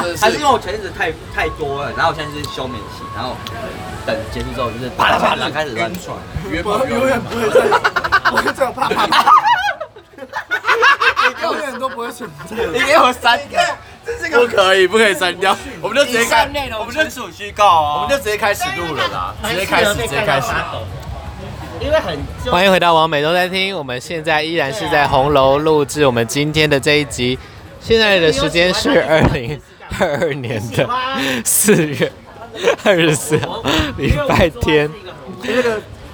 真的还是因为我前阵子太太多了，然后我现在就是休眠期，然后等结束之后就是啪啦啪啦开始乱晕船，约炮我永远不会再，不会再有 啪啪啪，永远都不会存在。你给我删掉，不可以，不可以删掉，我们就直接开，我们就属虚构我们就直接开始录了啦，直接开始，直接开始。因为很欢迎回到王美洲餐厅，我们现在依然是在红楼录制我们今天的这一集，现在的时间是二零二二年的四月二十四号，礼拜天。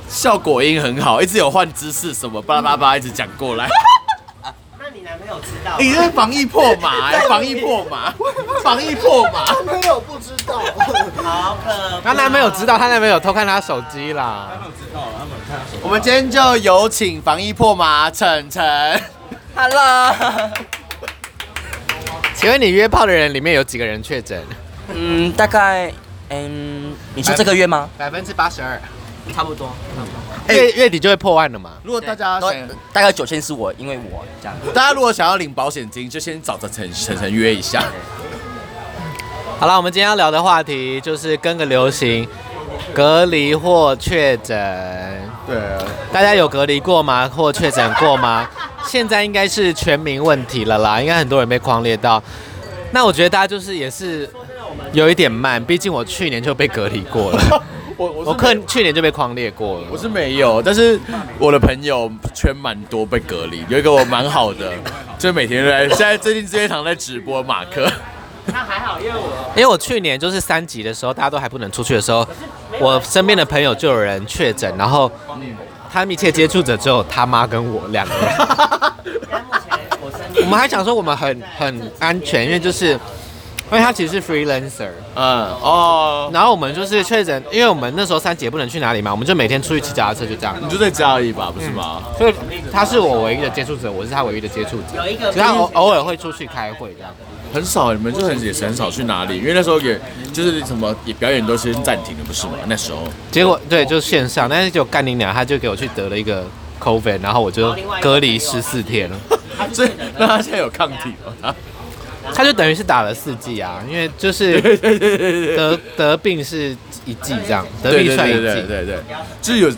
效果音很好，一直有换姿势什么巴拉巴拉巴拉，一直讲过来。那你男朋友知道你这是防疫破马，欸防疫破马，防疫破马。男朋友不知道，好可她男朋友知道，她男朋友偷看她手机啦。我们今天就有请防疫破马晨晨。 ，Hello， 请问你约炮的人里面有几个人确诊？嗯，大概，嗯，你说这个月吗？百分之八十二，差不多。月月底就会破万了嘛？如果大家都想大概九千是我，因为我这样。大家如果想要领保险金，就先找着晨晨晨约一下。好了，我们今天要聊的话题就是跟个流行，隔离或确诊。对，啊 大家有隔离过吗？或确诊过吗？现在应该是全民问题了啦，应该很多人被框列到。那我觉得大家就是也是有一点慢，毕竟我去年就被隔离过了，我我我客客去年就被框列过了。我是没有，但是我的朋友圈蛮多被隔离，有一个我蛮好的，就每天都在。现在最近这一堂在直播马克，因为我去年就是三级的时候，大家都还不能出去的时候，我身边的朋友就有人确诊，然后他密切接触者只有他妈跟我两个人。我们还想说我们很很安全，因为就是因为他其实是 freelancer。嗯哦，然后我们就是确诊，因为我们那时候三姐不能去哪里嘛，我们就每天出去骑脚踏车，就这样。你就在家里吧，不是吗？所以他是我唯一的接触者，我是他唯一的接触者。有一个只他偶偶尔会出去开会这样。很少，你们就很也是很少去哪里，因为那时候也就是什么也表演都先暂停了，不是吗？那时候结果对，就线上，但是就干你娘，他就给我去得了一个 COVID，然后我就隔离十四天了。所以那他现在有抗体吗？他就等于是打了四剂啊，因为就是对对对对对得得病是一剂这样，得对病对算一对对剂。对对，就是有，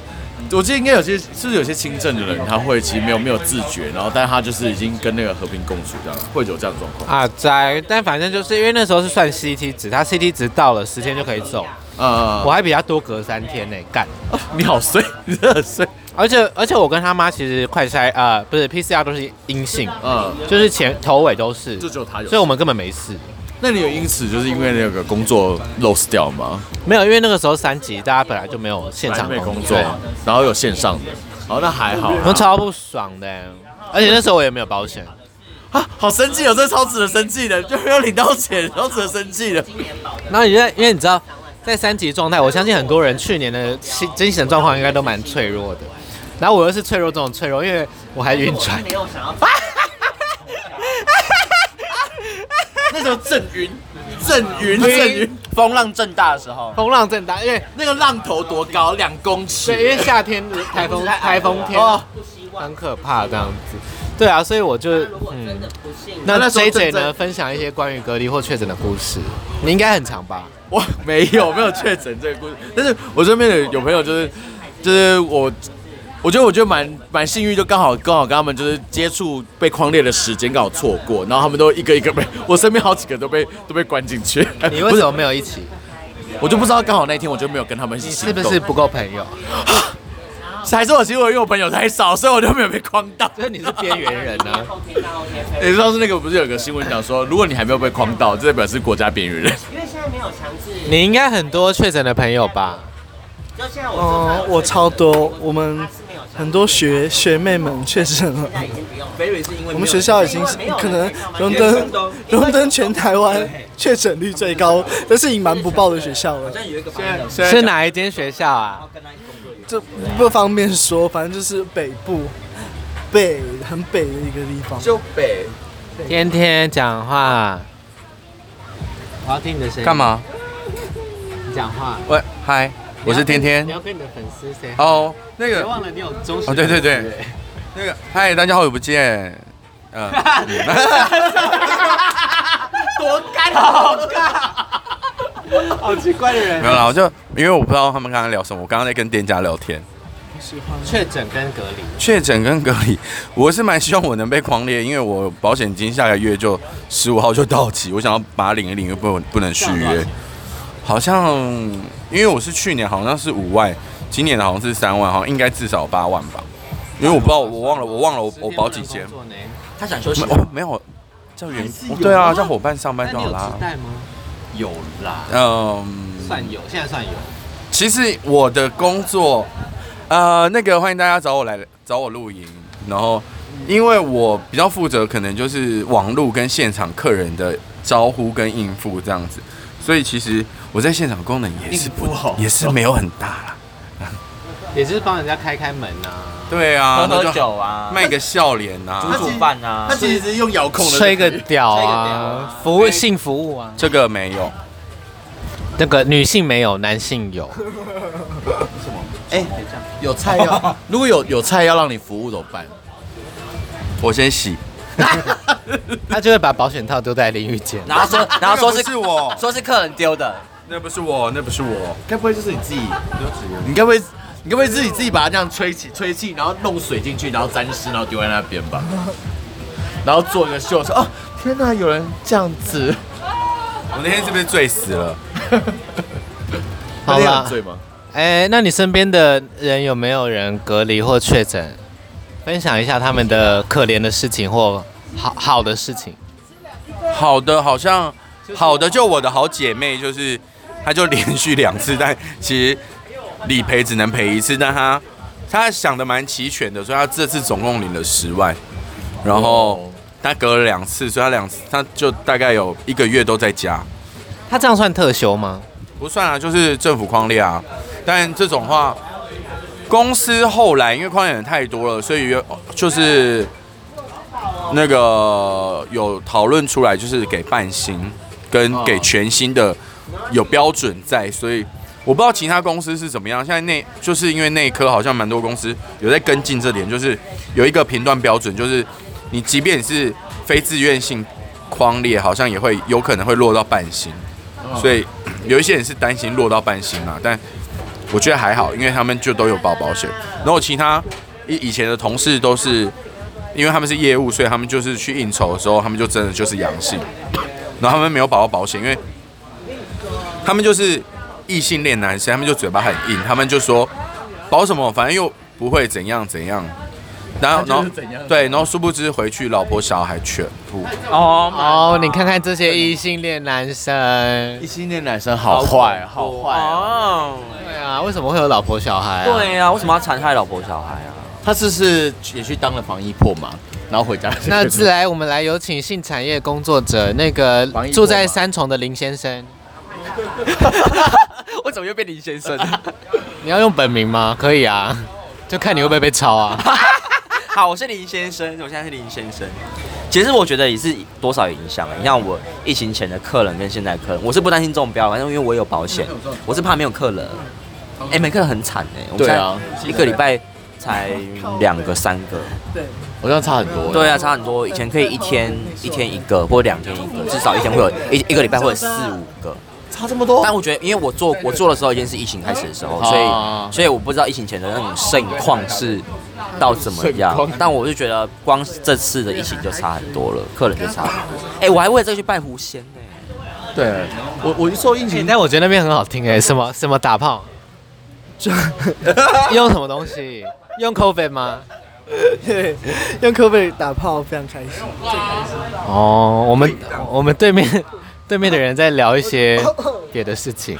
我记得应该有些是不是有些轻症的人，他会其实没有没有自觉，然后但他就是已经跟那个和平共处这样，会有这样的状况。啊，在，但反正就是因为那时候是算 CT 值，他 CT 值到了十天就可以走，呃，我还比他多隔三天呢、干。你好衰，你真的很衰。而且而且我跟他妈其实快筛呃不是 PCR 都是阴性， 嗯，就是前头尾都是，就只有他有所以我们根本没事。那你有因此就是因为那个工作 lost 掉吗？没有，因为那个时候三级，大家本来就没有现场没工工作， 然后有线上的，哦，那还好我超不爽的、而且那时候我也没有保险，啊，好生气哦，这超值得生气的， 就没有领到钱，超值得生气的。然后因为因为你知道，在三级状态，我相信很多人去年的心精神状况应该都蛮脆弱的，然后我又是脆弱这种脆弱，因为我还晕船，没有想要那时候郑云，郑云，郑对云，，风浪正大的时候，风浪正大，因为那个浪头多高，两公尺对，因为夏天台 风台风天哦。很可怕这样子。对啊，所以我就嗯，那 J J 呢，分享一些关于隔离或确诊的故事，你应该很长吧？我没有没有确诊这个故事，但是我身边的有朋友就是就是我，我觉得我觉得蛮蛮幸运，就刚好刚好跟他们就是接触被框列的时间刚好错过，然后他们都一个一个被我身边好几个都被都被关进去，你不为什是么没有一起？我就不知道刚好那天我就没有跟他们一起你行是不动，是不够朋友？还是我其实我因为我朋友太少，所以我就没有被框到。就是 你是边缘人呢、啊。 你知道是那个不是有个新闻讲说，如果你还没有被框到，这代表是国家边 缘人。因为现在没有强制，你应该很多确诊的朋友吧？就现在我嗯，我超多，我们很多学学妹们确诊了。北蕊是因为我们学校已经是可能荣登荣登全台湾确诊率最高，这是隐瞒不报的学校了，有一个朋友是哪一间学校啊？这不方便说，反正就是北部北很北的一个地方。就北天天讲话。我要听你的声音。干？嘛？讲话。喂，嗨，我是天天你。要跟你的粉丝 say。哦，那别个，忘了你有忠实。哦，对对对， 那个，嗨，大家好久不见。嗯，多干啊好干，好奇怪的人没。有啦，我就因为我不知道他们刚刚聊什么，我刚刚在跟店家聊天。确诊跟隔离，确诊跟隔离， 我是蛮希望我能被狂列，因为我保险金下个月就十五号就到期，我想要把它领一领，又不不能续约。好像因为我是去年好像是五万，今年的好像是三万，好像应该至少八万吧。因为我不知道，我忘了，我忘了我我保几间十天，不能工作呢他想休息没哦没有叫员工对啊叫伙伴上班就好啊啦。带吗？有啦，嗯，算有，现在算有。其实我的工作，呃，那个欢迎大家找我来找我露营，然后因为我比较负责，可能就是网络跟现场客人的招呼跟应付这样子，所以其实我在现场功能也是不也是没有很大啦。也就是帮人家开开门啊，对啊喝，那喝就酒啊，卖个笑脸煮 呐，煮饭啊他，其实是用遥控的，吹个屌吹个屌啊啊，服务性服务啊，这个没有，那个女性没有，男性有，哎哎有菜要，如果有有菜要让你服务怎么办？我先洗。他就会把保险套丢在淋浴间。然后说然后说 那个不是我说是客人丢的，那不是我，那不是我，该不会就是你自己？你该不会？你该不会自己自己把它这样吹起吹气，然后弄水进去，然后沾湿，然后丢在那边吧？然后做一个秀说：“哦，天哪，有人这样子，我那天是不是醉死了？好那天有啦，醉吗？哎，那你身边的人有没有人隔离或确诊？分享一下他们的可怜的事情或好好的事情。好的，好像好的，就我的好姐妹，就是她就连续两次，但其实理赔只能赔一次，但她她想的蛮齐全的，所以她这次总共领了十万，然后她隔了两次，所以她两次她就大概有一个月都在家，他这样算特休吗？不算啊，就是政府框列啊，但这种话。公司后来因为框列人太多了，所以有就是那个有讨论出来，就是给半薪跟给全薪的有标准在，所以我不知道其他公司是怎么样。现在内就是因为内科好像蛮多公司有在跟进这点，就是有一个评断标准，就是你即便你是非自愿性框列，好像也会有可能会落到半薪，所以有一些人是担心落到半薪嘛，但我觉得还好，因为他们就都有保保险。然后其他以以前的同事都是，因为他们是业务，所以他们就是去应酬的时候，他们就真的就是阳性，然后他们没有保到保险，因为他们就是异性恋男生，他们就嘴巴很硬，他们就说保什么，反正又不会怎样怎样。然后，然后对，然后殊不知回去，老婆小孩全部哦，哦，你看看这些异性恋男生异，性恋男生好坏，好坏哦、哦，对啊，为什么会有老婆小孩啊？对啊，为什么要残害老婆小孩啊？他是不是也去当了防疫破嘛？然后回 家那自来，我们来有请性产业工作者，那个防疫住在婆嘛三重的林先生，我怎么又变林先 生？你要用本名吗？可以啊，就看你会不会被抄啊。好，我是林先生，我现在是林先生。其实我觉得也是多少有影响的。你像我疫情前的客人跟现在的客人，我是不担心中标，反正因为我有保险，我是怕没有客人。哎、没客人很惨哎、我们对啊现在一个礼拜才两个三个。 我这样差很多、对啊，差很多。以前可以一天一天一个，或两天一个，至少一天会有一一个礼拜会有四五个。差这么多。但我觉得，因为我做我做的时候已经是疫情开始的时候，所哦以所以我不知道疫情前的那种盛况是到怎么样盛况。但我就觉得，光这次的疫情就差很多了，客人就差很多。哎、我还为了这个去拜狐仙呢、对，啊我我一受疫哎情，但我觉得那边很好听哎，什么什么打 炮，用什么东西？用 COVID 吗？对，用科贝打炮非常开心。哦，我们我们对面对面的人在聊一些别的事情。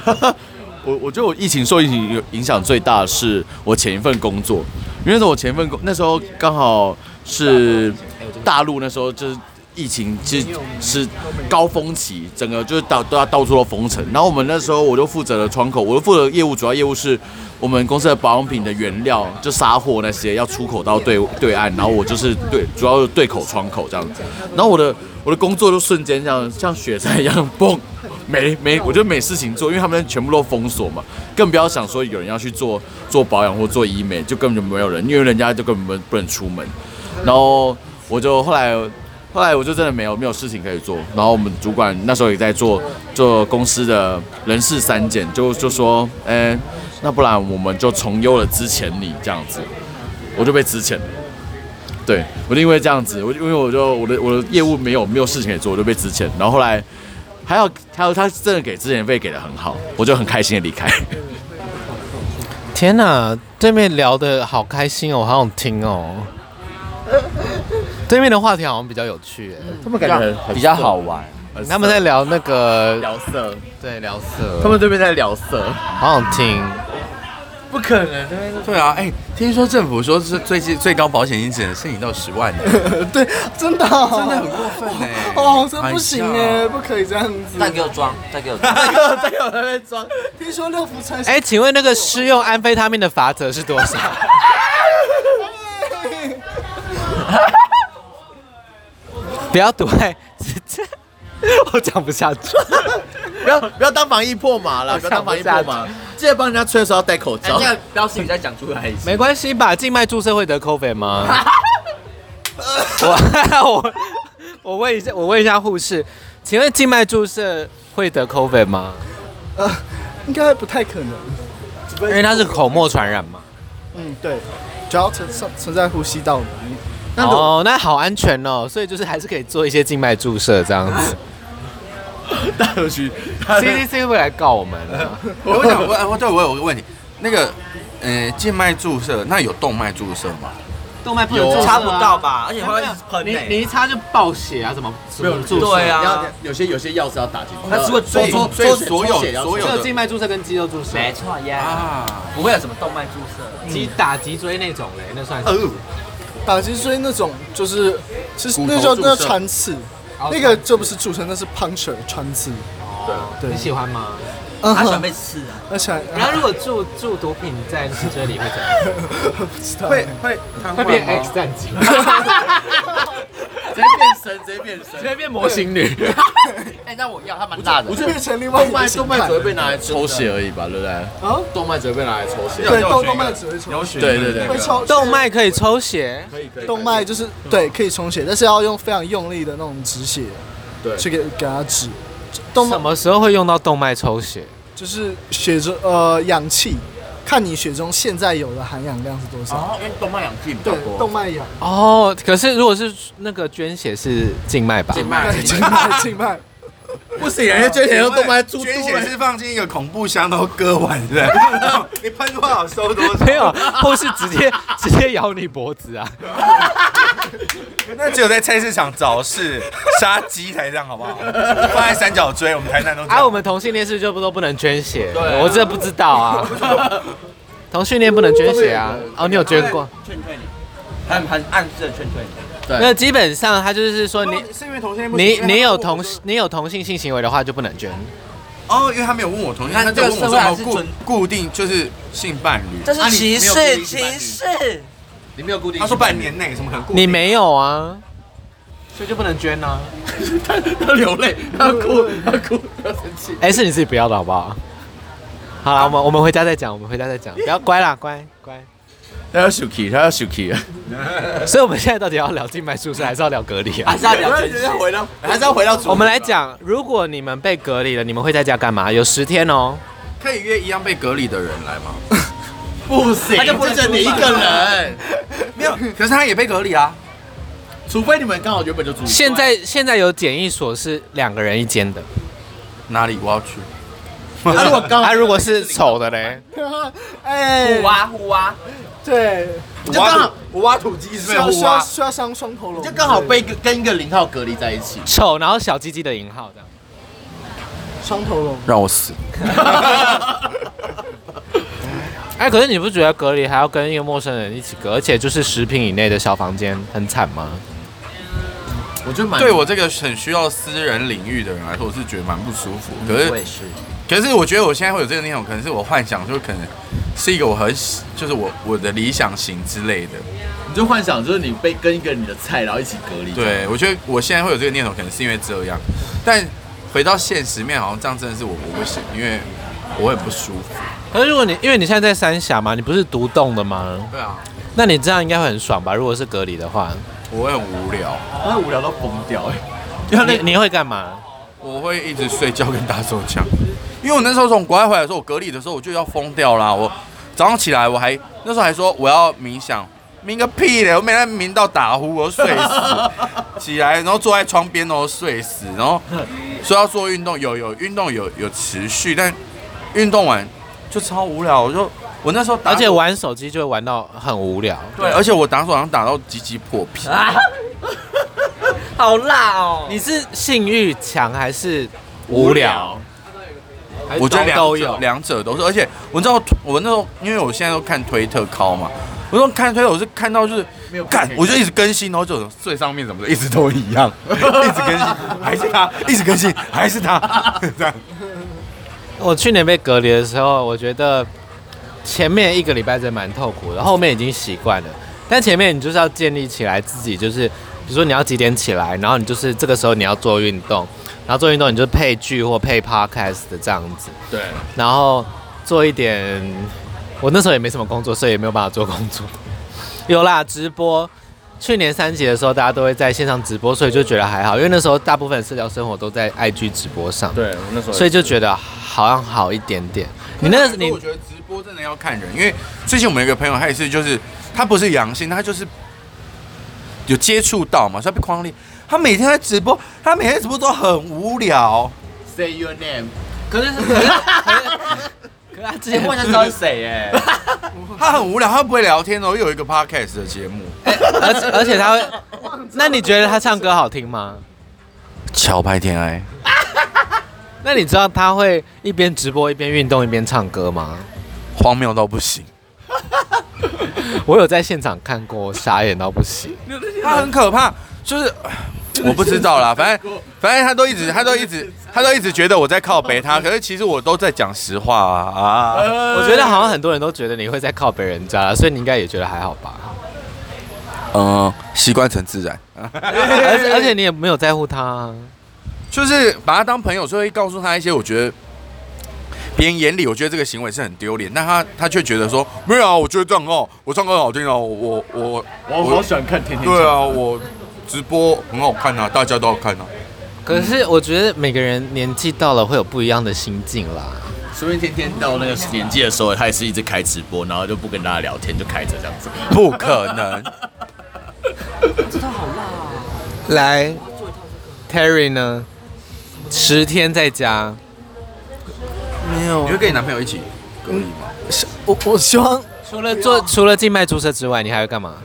我我觉得我疫情受疫情影影响最大的是我前一份工作，因为那时候我前一份工那时候刚好是大陆那时候就是疫情其实是高峰期，整个就是到都要到处都封城。然后我们那时候我就负责了窗口，我就负责业务，主要业务是我们公司的保养品的原料，就沙货那些要出口到对对岸，然后我就是对主要是对口窗口这样子。然后我的我的工作就瞬间这样像雪山一样崩。没没，我觉得没事情做，因为他们全部都封锁嘛，更不要想说有人要去做做保养或做医美，就根本就没有人，因为人家就根本不能出门。然后我就后来后来我就真的没有没有事情可以做，然后我们主管那时候也在做做公司的人事删减，就就说，哎、那不然我们就重优了之前你这样子，我就被之前了。对，我就因为这样子，我就因为我就我的我的业务没有没有事情可以做，我就被之前。然后后来还有还有他真的给之前费给的很好，我就很开心的离开。天哪，对面聊的好开心哦，我好想听哦。对面的话题好像比较有趣哎，他们感觉很比较好玩。他们在聊那个聊色，对聊色，他们这边在聊色，好想听。不可能。对啊，哎、听说政府说是最近最高保险金只能申请到十万呢、对，真的、啊真的很过分呢、哦，这不行哎哎，呀不可以这样子。再给我装，再给我装。在我那边装，听说六福城哎，请问那个施用安非他命的罚则是多少？ 不要堵哎，我讲不 下去。不要不要当防疫破马了，不要当防疫破马，记得帮人家吹的时候要戴口哎，罩这。个标 识你再讲出来一次。没关系吧，静脉注射会得 COVID 吗？ 我我 我问一下，我问一下护士，请问静脉注射会得 COVID 吗？呃，应该不太可能。因为它是口沫传染嘛。嗯，对，主要存存存在呼吸道里面。那如哦，那好安全哦，所以就是还是可以做一些静脉注射这样 子。大有趣， CDC 会不会来告我们啊、我我想问，我对我有个问题，那个呃静脉注射，那有动脉注射吗？动脉不有啊插不到吧？而且会一直喷啊你欸你一擦就爆血啊？怎么怎么注射？对啊有些有些钥匙要打进去。呃它除了所以抽所以抽所有抽血要所只有有静的脉注射跟肌肉注射，没错呀，啊，不会有什么动脉注射。脊打脊椎那种嘞，那算是。哦，打脊椎那种，就是其实骨头那叫注射那叫穿刺，那个就不是注射，那是 puncture 穿刺。对你喜欢吗？嗯他喜欢哼，被刺啊！而且然后如果注注毒品在脊椎里会怎样？ 不知道会会瘫会痪变吗 X？战 警，直接变身，直接变身，直接变模型女。哎，那我要他蛮大的。我觉得变成另外一动个脉形动脉态只会被拿来抽血而已吧，对不对？啊，动脉只会被拿来抽血。对，要动选动一个脉只会充有血对对对会抽动脉可以抽血，可以可以动脉就是对可以充血，但是要用非常用力的那种止血对去给给它止。动什脉么时候会用到动脉抽血？就是血中呃氧气，看你血中现在有的含氧量是多少。哦，因为动脉氧气比较对，多动，脉氧，哦，可是如果是那个捐血是静脉吧？静脉对静脉静脉，不行，人家捐血用动脉注 捐血是放进一个恐怖箱，然后割完，对不对？你喷多少收多少，没有，啊或是直接 直接咬你脖子啊？那只有在菜市场早市杀鸡才这样，好不好？放在三角锥，我们台南都这样啊，我们同性恋是就不都不能捐血？我这不知道 啊。同性恋不能捐血啊？哦，你有捐过？劝退你，很很暗示的劝退你。对那基本上他就是说你哦是因为同性恋不行你因为他你有问我同说你有同性性行为的话就不能捐。哦，因为他没有问我同性，看他就问我这个社说会还哦是固尊固定就是性伴侣，这是歧啊你没有视，故意去歧搬视。你没有固定他说半年内什么可能固定？你没有啊，所以就不能捐啊。他他 流泪，他哭，他哭，他生气。哎、是你自己不要的好不好？好了，我们我们回家再讲，我们回家再讲，不要乖啦，乖乖。他要 Suki，他要 Suki，所以我们现在到底要聊静脉注射，还是要聊隔离啊还？是要聊捐血，回到， 还是要回到主我们来讲，如果你们被隔离了，你们会在家干嘛？有十天哦。可以约一样被隔离的人来吗？不行，他就不能就你一个人， 没有，可是他也被隔离啊。除非你们刚好原本就住。现在现在有检疫所是两个人一间的， 哪里我要去？啊他如 果刚他、好啊如果是丑的嘞， 哎互，挖互挖，对，就刚好我挖土机是需要需要需要上双头龙，就刚好被跟跟一个零号隔离在一起。丑然后小鸡鸡的引号这样。双头龙，让我死。哎、可是你不觉得隔离还要跟一个陌生人一起隔，而且就是十平以内的小房间很惨吗？我觉得蛮对我这个很需要私人领域的人来说，我是觉得蛮不舒服。可我也是， 是。可是我觉得我现在会有这个念头，可能是我幻想，就可能是一个我很喜就是我我的理想型之类的。你就幻想就是你被跟一个你的菜，然后一起隔离。对，我觉得我现在会有这个念头，可能是因为这样。但回到现实面，好像这样真的是我我不行，因为我很不舒服。可是如果你因为你现在在三峡嘛，你不是独栋的吗？对啊，那你这样应该会很爽吧？如果是隔离的话，我会很无聊，他无聊到疯掉哎、你你会干嘛？我会一直睡觉跟打手枪，因为我那时候从国外回来的时候，我隔离的时候我就要疯掉啦。我早上起来我还那时候还说我要冥想，冥个屁嘞！我每天冥到打呼，我睡死。起来，然后坐在窗边，然后睡死。然后说要做运动，有有运动有有持续，但运动完就超无聊。我就我那时候打而且玩手机就会玩到很无聊。对，而且我打手枪打到鸡鸡破皮。好辣哦！你是性欲强还是无聊？还是我觉得两都者有。两者都是，而且我知道我那时候，因为我现在都看推特高嘛，我那时候看推特我是看到就是干，我就一直更新，然后就最上面什么的一直都一 样，一直更新还是他，一直更新还是他， 这样我去年被隔离的时候，我觉得前面一个礼拜真的蛮痛苦的，后面已经习惯了。但前面你就是要建立起来自己，就是比如说你要几点起来，然后你就是这个时候你要做运动，然后做运动你就配剧或配 podcast 的这样子，对，然后做一点。我那时候也没什么工作，所以也没有办法做工作。有啦，直播。去年三级的时候，大家都会在线上直播，所以就觉得还好，因为那时候大部分的社交生活都在 IG 直播上。对，我那时候所以就觉得好像好一点点。你那个你我觉得直播真的要看人，因为最近我们有一个朋友，他也是就是他不是阳性，他就是有接触到嘛，所以他被框列。他每天在直播，他每天直播都很无聊。 say your name，可是可是可是他之结婚才知道是谁哎，他很无聊，他不会聊天哦。又有一个 podcast 的节目，而且而且他会，那你觉得他唱歌好听吗？乔拍天爱。那你知道他会一边直播一边运动一边唱歌吗？荒谬到不行。我有在现场看过，我傻眼到不行。他很可怕，就是唉 我不知道啦，反正反正他都一直他都一直他都一直觉得我在靠北 他，可是其实我都在讲实话啊。啊我觉得好像很多人都觉得你会在靠北人家，所以你应该也觉得还好吧。嗯，习惯成自 然，而且而且你也没有在乎他啊，就是把他当朋友，所以会告诉他一些我觉得。别人眼里，我觉得这个行为是很丢脸，但他他却觉得说没有啊，我觉得这样很好，我唱歌很好听啊，我我我我好喜欢看甜甜对啊，我直播很好看啊，大家都好看啊。可是我觉得每个人年纪到了会有不一样的心境啦。说不定天天到那个年纪的时候，他也是一直开直播，然后就不跟大家聊天，就开着这样子。不可能，来，Terry 呢？十天在家，没有你会跟你男朋友一起隔离吗？我我希望，除了做除了静脉注射之外，你还会干嘛？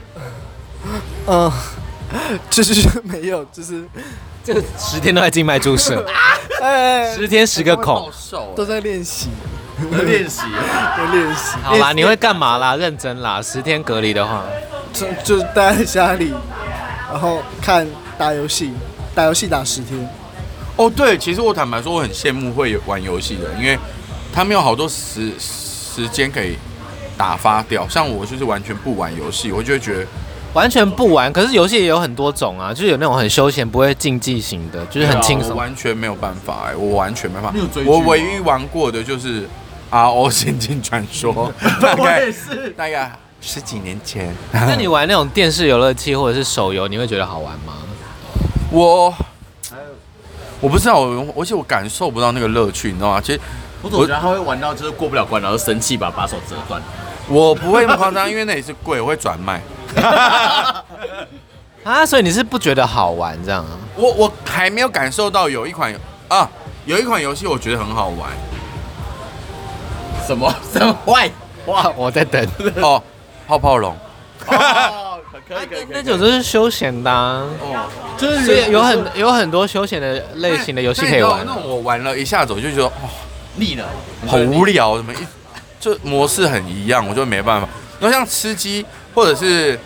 嗯、 就是没有，就是这十天都在静脉注射，哎，十天十个孔。都在练习，练习， 在练习。好啦，你会干嘛啦？认真啦，十天隔离的话，就就待在家里，然后看打游戏，打游戏打十天。哦，对，其实我坦白说，我很羡慕会玩游戏的人，因为他们有好多时时间可以打发掉。像我就是完全不玩游戏，我就会觉得完全不玩。可是游戏也有很多种啊，就是有那种很休闲、不会竞技型的，就是很轻我松。完全没有办法哎、我完全没办法你有追。剧吗我唯一玩过的就是《R O 仙境传 说》，大哎概是大概十几年前。那你玩那种电视游乐器或者是手游，你会觉得好玩吗？我我不知道，我而且我感受不到那个乐趣，你知道吗？其实我总觉得他会玩到就是过不了关，然后生气把把手折断。我不会那么夸张，因 为那也是贵，我会转卖。 啊，所以你是不觉得好玩这样啊？我我还没有感受到有一款啊，有一款游戏我觉得很好玩 什么什么？喂，哇，我在等，哦，泡泡龙。哦可以可以可那以，种都是休闲的、啊。哦，就所以有很有很多休闲的 类型的游戏可以玩哎那。种我玩了一下子，我就觉得哦，腻了，好无聊，怎么一就模式很一样，我就没办法。然后像吃鸡，或者是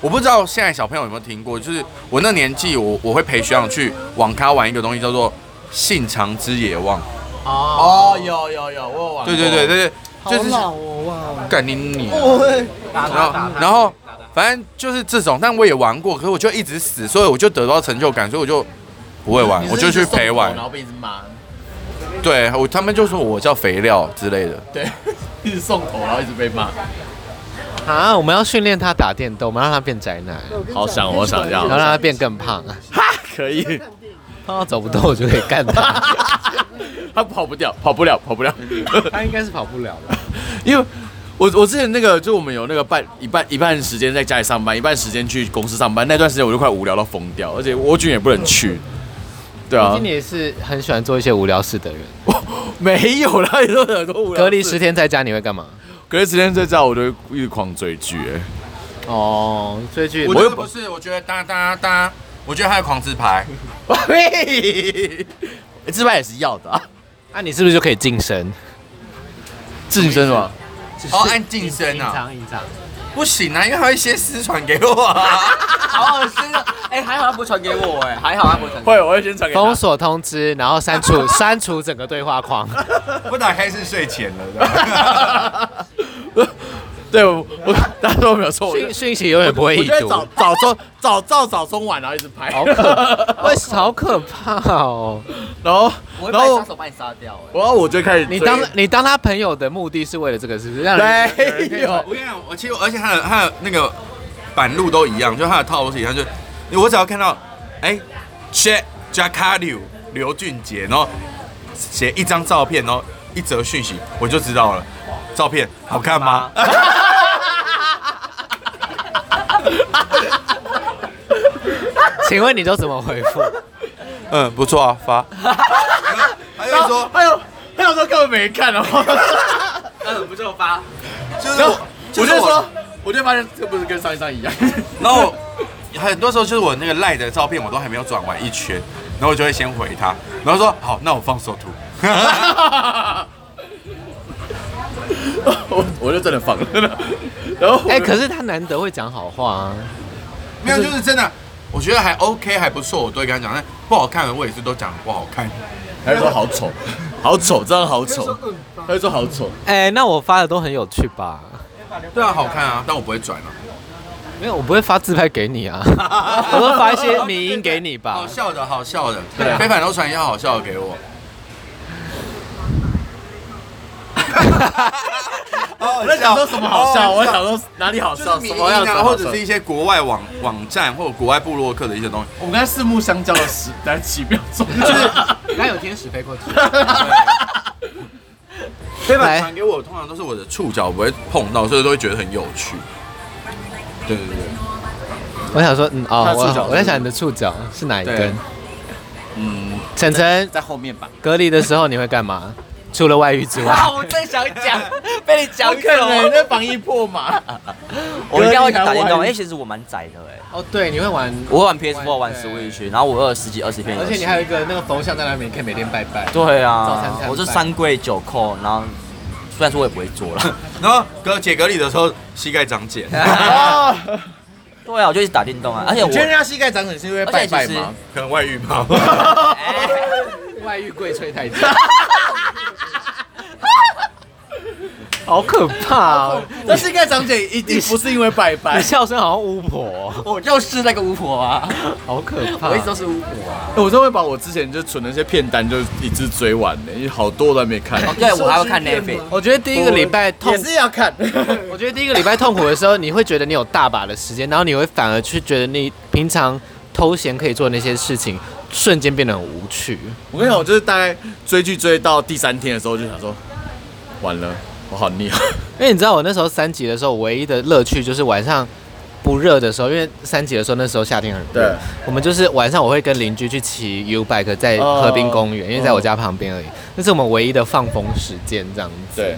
我不知道现在小朋友有没有听过，就是我那年纪，我我会陪学长去网咖玩一个东西，叫做《信长之野望》。哦，有有有，我有玩。对对对，对好对，就是老哦，哇！干你你啊。对，然后然后反正就是这种，但我也玩过，可是我就一直死，所以我就得到成就感，所以我就不会玩，我就去陪玩然。后被一直骂。对 我他们就说我叫肥料之类的，对，一直送头，然后一直被骂。啊，我们要训练他打电动，我们让他变宅男，好想我想要然后让他变更胖， 可以，胖到走不动我就可以干他。 他跑不掉，跑不了，跑不 了， 他应该是跑不了的。因为。我我之前那个就我们有那个半一半一半时间在家里上班，一半时间去公司上班，那段时间我就快无聊到疯掉，而且蜗居也不能去，对啊今，年也是很喜欢做一些无聊事的人。没有啦，你说很多无聊事。隔离十天在家你会干嘛？隔离十天在家，我就一直狂追剧、哎哦，追剧我我觉又得不不是，我觉得哒哒哒，我觉得还有狂 自拍， 喂，欸自拍也是要的、啊，那、你是不是就可以晋升？晋升嘛，哦，按晋升啊，隐藏。不行啊，因为还有一些私传给我啊。 好恶心啊！哎，还好他不传给我，哎，还好他不传给我。会，我会先传给封他。锁通知，然后删除 删除整个对话框。我打开是睡前了是 吧，对，我我大家都没有错，我就讯讯息永远不会我已就会读，早早中早照早中晚，然后啊一直拍，好 可，喂， 好可怕哦！然后我会然把你后杀手把你杀掉，哎。然后我就开始追哎你当你当他朋友的目的是为了这个，是不是？让人没有我跟你讲，我其实而且他的他的那个版路都一样，就他的套路是一样，就我只要看到哎 s h a j a c a r i 刘俊杰，然后写一张照片，然后一则讯息，我就知道了，照片好看吗？请问你都怎么回 复？嗯，不错啊，发。 还有说，还有还哎有时候根本没看，然哦后嗯，不就发，就是然后我， 我就是就我说，我就发现这不是跟上一张一样，然后很多时候就是我那个赖的照片，我都还没有转完一圈，然后我就会先回他，然后说好，那我放首图。 我我就真的放了， 然后我哎、可是他难得会讲好话啊！没有，就是真的，我觉得还 OK，还不错，我都会跟他讲。但不好看的我也是都讲不好看。他就说好丑，好丑，真的好丑，他就说好丑，哎、那我发的都很有趣吧？对啊，好看啊，但我不会转啊。没有，我不会发自拍给你 啊，我会发一些迷音给你吧好。笑的，好笑的，对，啊非凡都传一些好笑的给 我。哦我在想说什么好笑，我在想说哪里好就笑，是什迷么样因的啊，好或笑者是一些国外网网站或者国外部落客的一些东西。我们刚才四目相交了十来几秒 钟，就刚刚有天使飞 过去，非凡来传给我，通常都是我的触角不会碰到，所以都会觉得很有趣。对对对，我想说，嗯哦他，的触角我我在想你的触角是哪一对根？嗯，晨晨在后面 吧。隔离的时候你会干嘛？除了外遇之外，啊，我正想讲，被你讲不可能，走。那防疫破嘛。我一定要隔离还打电动，哎外遇 因为其实我蛮宅的哎， 哦，对，你会玩，我会玩 PS4 玩对 Switch，然后我有十几二十片游而戏。且你还有一个那个佛像在那边，你可以每天拜拜。对早餐啊餐，我是饭三跪九叩，然后虽然说我也不会做 了。然后隔解隔离的时候膝盖长 茧。啊！对啊，我就一直打电动啊，而且我你觉得人家膝盖长茧是因为拜拜而且其吗 实？可能外遇吧。 哎外遇跪吹太久， 好可怕、哦！那膝盖长茧一定不是因为拜拜 你。笑声好像巫婆，哦我就是那个巫婆 啊，好可怕！我一直都是巫婆啊。我真会把我之前就存的那些片单就一次追完呢，因为好多我都还没 看。哦对我还会看 Netflix，我觉得第一个礼拜痛也，是要 看。我觉得第一个礼拜痛苦的时候，你会觉得你有大把的时间，然后你会反而去觉得你平常偷闲可以做的那些事情，瞬间变得很无趣。我跟你讲，我就是大概追剧追到第三天的时候，我就想说，完了，我好腻啊。因为你知道我那时候三级的时候，唯一的乐趣就是晚上不热的时候，因为三级的时候那时候夏天很热对，我们就是晚上我会跟邻居去骑 U bike 在河滨公园，哦因为在我家旁边而已，那是我们唯一的放风时间这样子。对，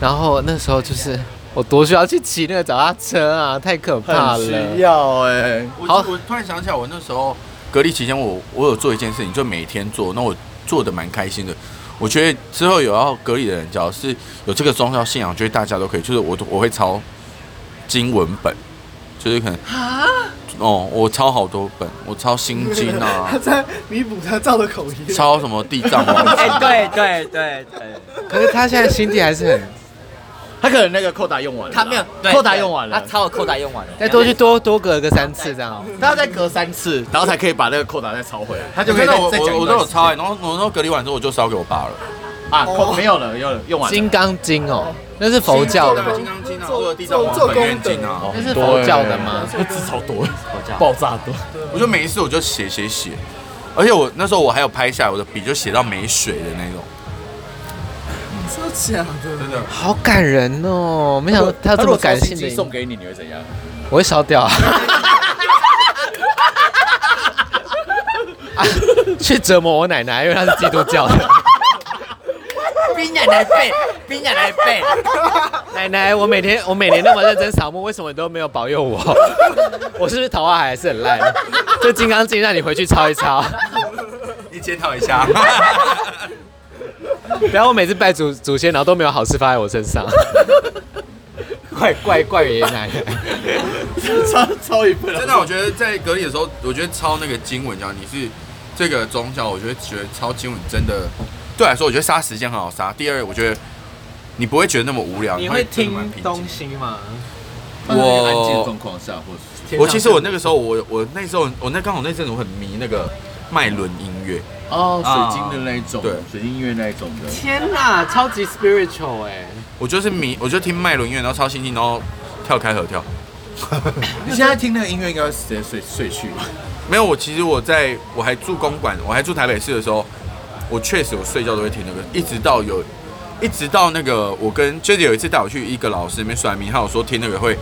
然后那时候就是我多需要去骑那个脚踏车啊，太可怕 很了。需要哎。我好我突然想起来，我那时候隔离期间，我我有做一件事情，就每天做，那我做的蛮开心的。我觉得之后有要隔离的人，只要是有这个宗教信仰，我觉得大家都可以。就是我我会抄经文本，就是可能啊哦，我抄好多本，我抄心经 啊他， 在弥补他造的口音。抄什么地藏王经啊 哎，对对对对，可是他现在心地还是很，他可能那个扣打用完了啦，他没有对扣打用完了他，超扣打用完了，再多去多多隔个三次这样。啊他要再隔三次，然后才可以把那个扣打再抄回来，他他就就可可以以再我再讲我一我段都时有间抄、欸，然后我那时候隔离完之后我就烧给我爸了。哦啊，扣没有了，有了，用完金了。哦刚经哦，那是佛教的吗？啊哦金刚经啊天哪，做我有地藏王做本功愿经德啊！那是佛教的吗那字超多，教爆炸多。我就每一次我就写写写，而且我那时候我还有拍下来，我的笔就写到没水的那种，真的假的？真的。好感人哦！没想到他这么感性的一面，给你，你会怎样？我会烧 掉啊！啊去折磨我奶奶，因为她是基督教的。冰奶奶背，冰奶奶背， 奶奶，我每天我每年那么认真扫墓，为什么你都没有保佑我？ 我是不是桃花还是很烂？这《金刚经》让你回去抄一抄。 你检讨一下，不要我每次拜祖祖先，然后都没有好事发在我身上。怪怪怪爷爷奶奶，超超一份真的，我觉得在隔离的时候，我觉得抄那个经文讲你是这个宗教，我觉得觉得抄经文真的对我来说，我觉得杀时间很好杀。第二，我觉得你不会觉得那么无聊，你会会觉得蛮听平静东西吗？我况下，或是我其实我那个时候，我我那时候我那刚好那阵子我很迷那个麦伦音乐，哦水晶的那一种对水晶音乐那一种的。天哪，超级 spiritual 哎、我就是迷，我就听麦伦音乐，然后超心情，然后跳开合跳。你现在听那个音乐，应该会直接睡睡去吧？没有，我其实我在我还住公馆，我还住台北市的时候，我确实我睡觉都会听那个，一直到有，一直到那个我跟 j 姐有一次带我去一个老师那边算命，他有说听那个会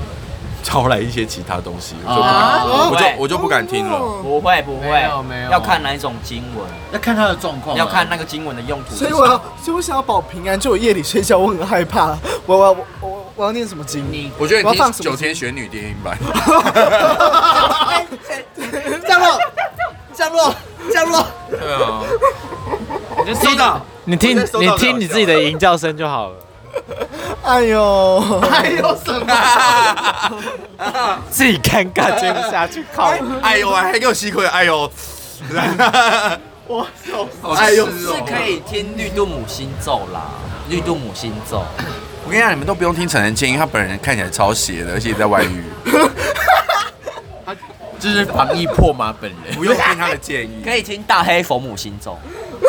招来一些其他东西，我就不敢，啊我会就我就不敢听了。哦不会不会，没有没有哦要看哪一种经文，要看他的状况啊要看那个经文的用途所是什以么。我要，所以我想要保平安，就我夜里睡觉我很害怕，我我我我我要念什么经？你我觉得我你 要放听什么九天玄女电音版， 降落，降落，降落。对啊，你就听到你听我在收到你了听你自己的吟叫声就好了，哎呦，哎呦，自己尴尬接不下去，靠！哎呦，还给我吸亏，哎呦，我哎呦，是可以听绿度母心咒啦，绿度母心咒，我跟你讲，你们都不用听陈仁建因为他本人看起来超邪的，而且也在外遇，就是防疫破马本人。不用听他的建议。可以听大黑佛母心咒。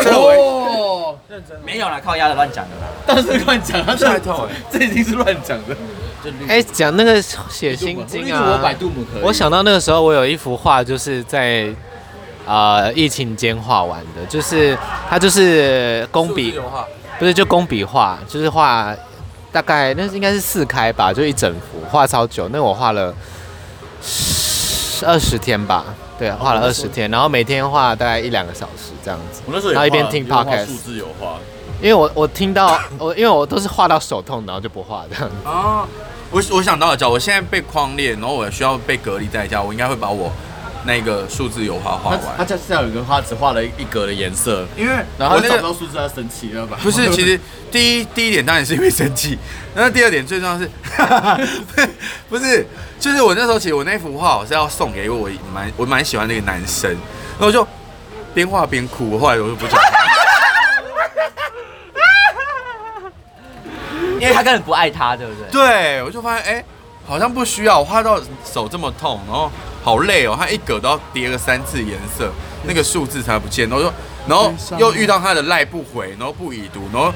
这个我哦，没有啦，靠压的乱讲的啦。但是乱讲，他吓一跳哎这已经是乱讲的。哎、讲那个写心经啊，度母可我想到那个时候，我有一幅画，就是在呃疫情间画完的，就是它就是工笔不是就工笔画，就是画大概那应该是四开吧，就一整幅，画超久。那我画了二十天吧，对，画了二十天，然后每天画大概一两个小时这样子。我那时候也然后一边画听也画 podcast 数字有画，因为我我听到我因为我都是画到手痛，然后就不画这样子。啊，我我想到了，假如我现在被框列，然后我需要被隔离在家，我应该会把我那个数字油画画他他完，这下有一个画，只画了一格的颜色，因为然后我他那找个不到数字，他生气了吧？ 不 是，其实第一第一点当然是因为生气， 那第二点最重要的是， 不是，就是我那时候其实我那幅画我是要送给我蛮我蛮喜欢那个男生，然后我就边画边哭，我后来我就不讲话，因为他根本不爱他，对不对？对我就发现哎、好像不需要，我画到手这么痛，然后好累哦，他一格都要叠个三次颜色，那个数字才不见，然后就然后又遇到他的赖不回，然后不已读，然后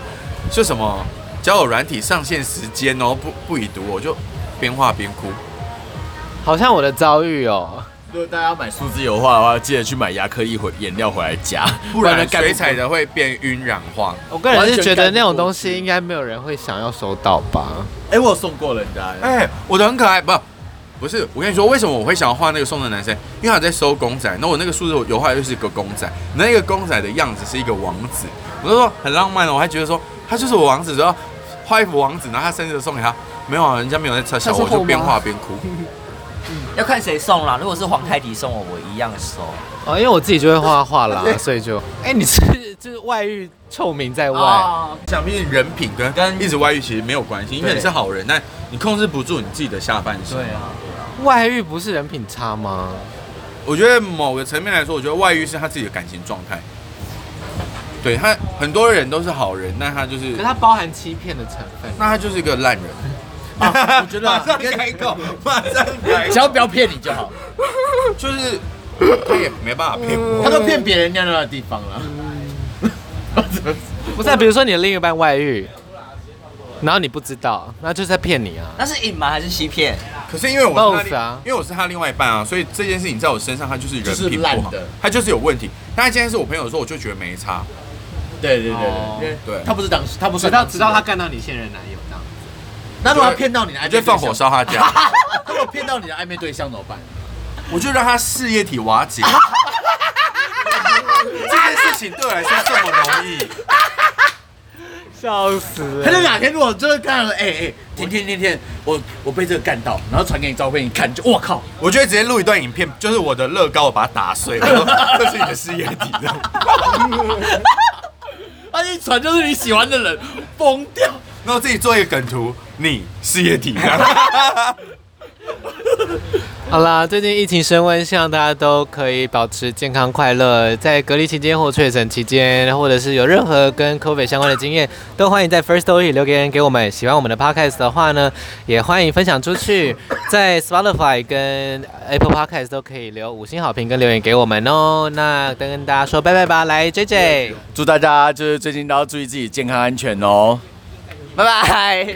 就什么交友软体上线时间，然后不不已读，我就边画边哭。 好像我的遭遇哦，如果大家要买数字油画的话，记得去买牙科一回颜料回来加，不然干不水彩的会变晕染化。我个人完是全觉得干不那种过东西应该没有人会想要收到吧。哎、我有送过人家，哎、我的很可爱，不，不是，我跟你说，为什么我会想要画那个送的男生？因为他在收公仔，那我那个数字油画就是一个公仔，那个公仔的样子是一个王子，我就说很浪漫哦的，我还觉得说他就是我王子，然后画一幅王子，然后他生日送给他，没有啊，人家没有在嘲笑我，我就边画边哭。啊要看谁送啦。如果是皇太极送我，我一样收。哦，因为我自己就会画画 啦，所以就，哎、你是就是外遇臭名在外，哦，想必人品跟跟一直外遇其实没有关系，因为你是好人，但你控制不住你自己的下半身。对啊，外遇不是人品差吗？我觉得某个层面来说，我觉得外遇是他自己的感情状态。对他，很多人都是好人，那他就是可是，它包含欺骗的成分。那他就是一个烂人。啊我觉得啊马上开口，马上开只口，要不要骗你就好，就是他也没办法骗我。他都骗别人家的地方了。不是、啊，比如说你的另一半外遇，然后你不知道，那就是在骗你啊。那是隐瞒还是欺骗？可是因为我是 Both 他，啊因为我是他另外一半啊，所以这件事情在我身上，他就是人就是品烂不好的，啊他就是有问题。但他今天是我朋友的时候，我就觉得没差。对对对哦对，因为对他不是当时，他不是直到当时直到他，干到你现任男友这样。那如果他骗到你的我暧昧就对象，放火烧他家， 他如果骗到你的暧昧对象怎么办？我就让他事业体瓦解。这件事情对我来说这么容 易，笑死他就哪天如果就是看到，哎哎，天天天天，我我被这个干到，然后传给你照片，你看，你就我靠，我就会直接录一段影片，就是我的乐高，我把它打碎，我说这是你的事业体。这样他一传就是你喜欢的人，疯掉。那我自己做一个梗图，你事业体。好啦，最近疫情升温，希望大家都可以保持健康快乐。在隔离期间或确诊期间，或者是有任何跟 COVID 相关的经验，都欢迎在 First Story 留言给我们。喜欢我们的 Podcast 的话呢，也欢迎分享出去，在 Spotify 跟 Apple Podcast 都可以留五星好评跟留言给我们哦。那跟大家说拜拜吧，来 J J，祝大家就是最近都要注意自己健康安全哦。拜拜。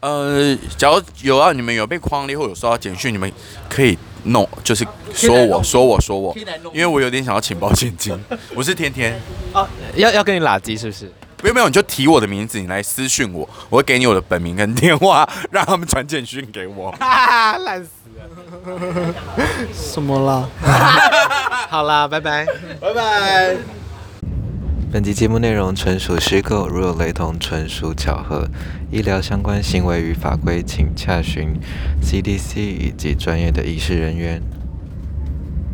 呃，假如有啊，你们有被框列或有收到简讯，你们可以弄，就是说我说我说我，因为我有点想要请保险金。 我是天天，要要跟你拉鸡是不是？没有没有，你就提我的名字，你来私讯我，我会给你我的本名跟电话，让他们传简讯给我。什么啦？好啦，拜拜。拜拜。本集节目内容纯属虚构，如有雷同，纯属巧合。医疗相关行为与法规，请洽询 CDC 以及专业的医师人员。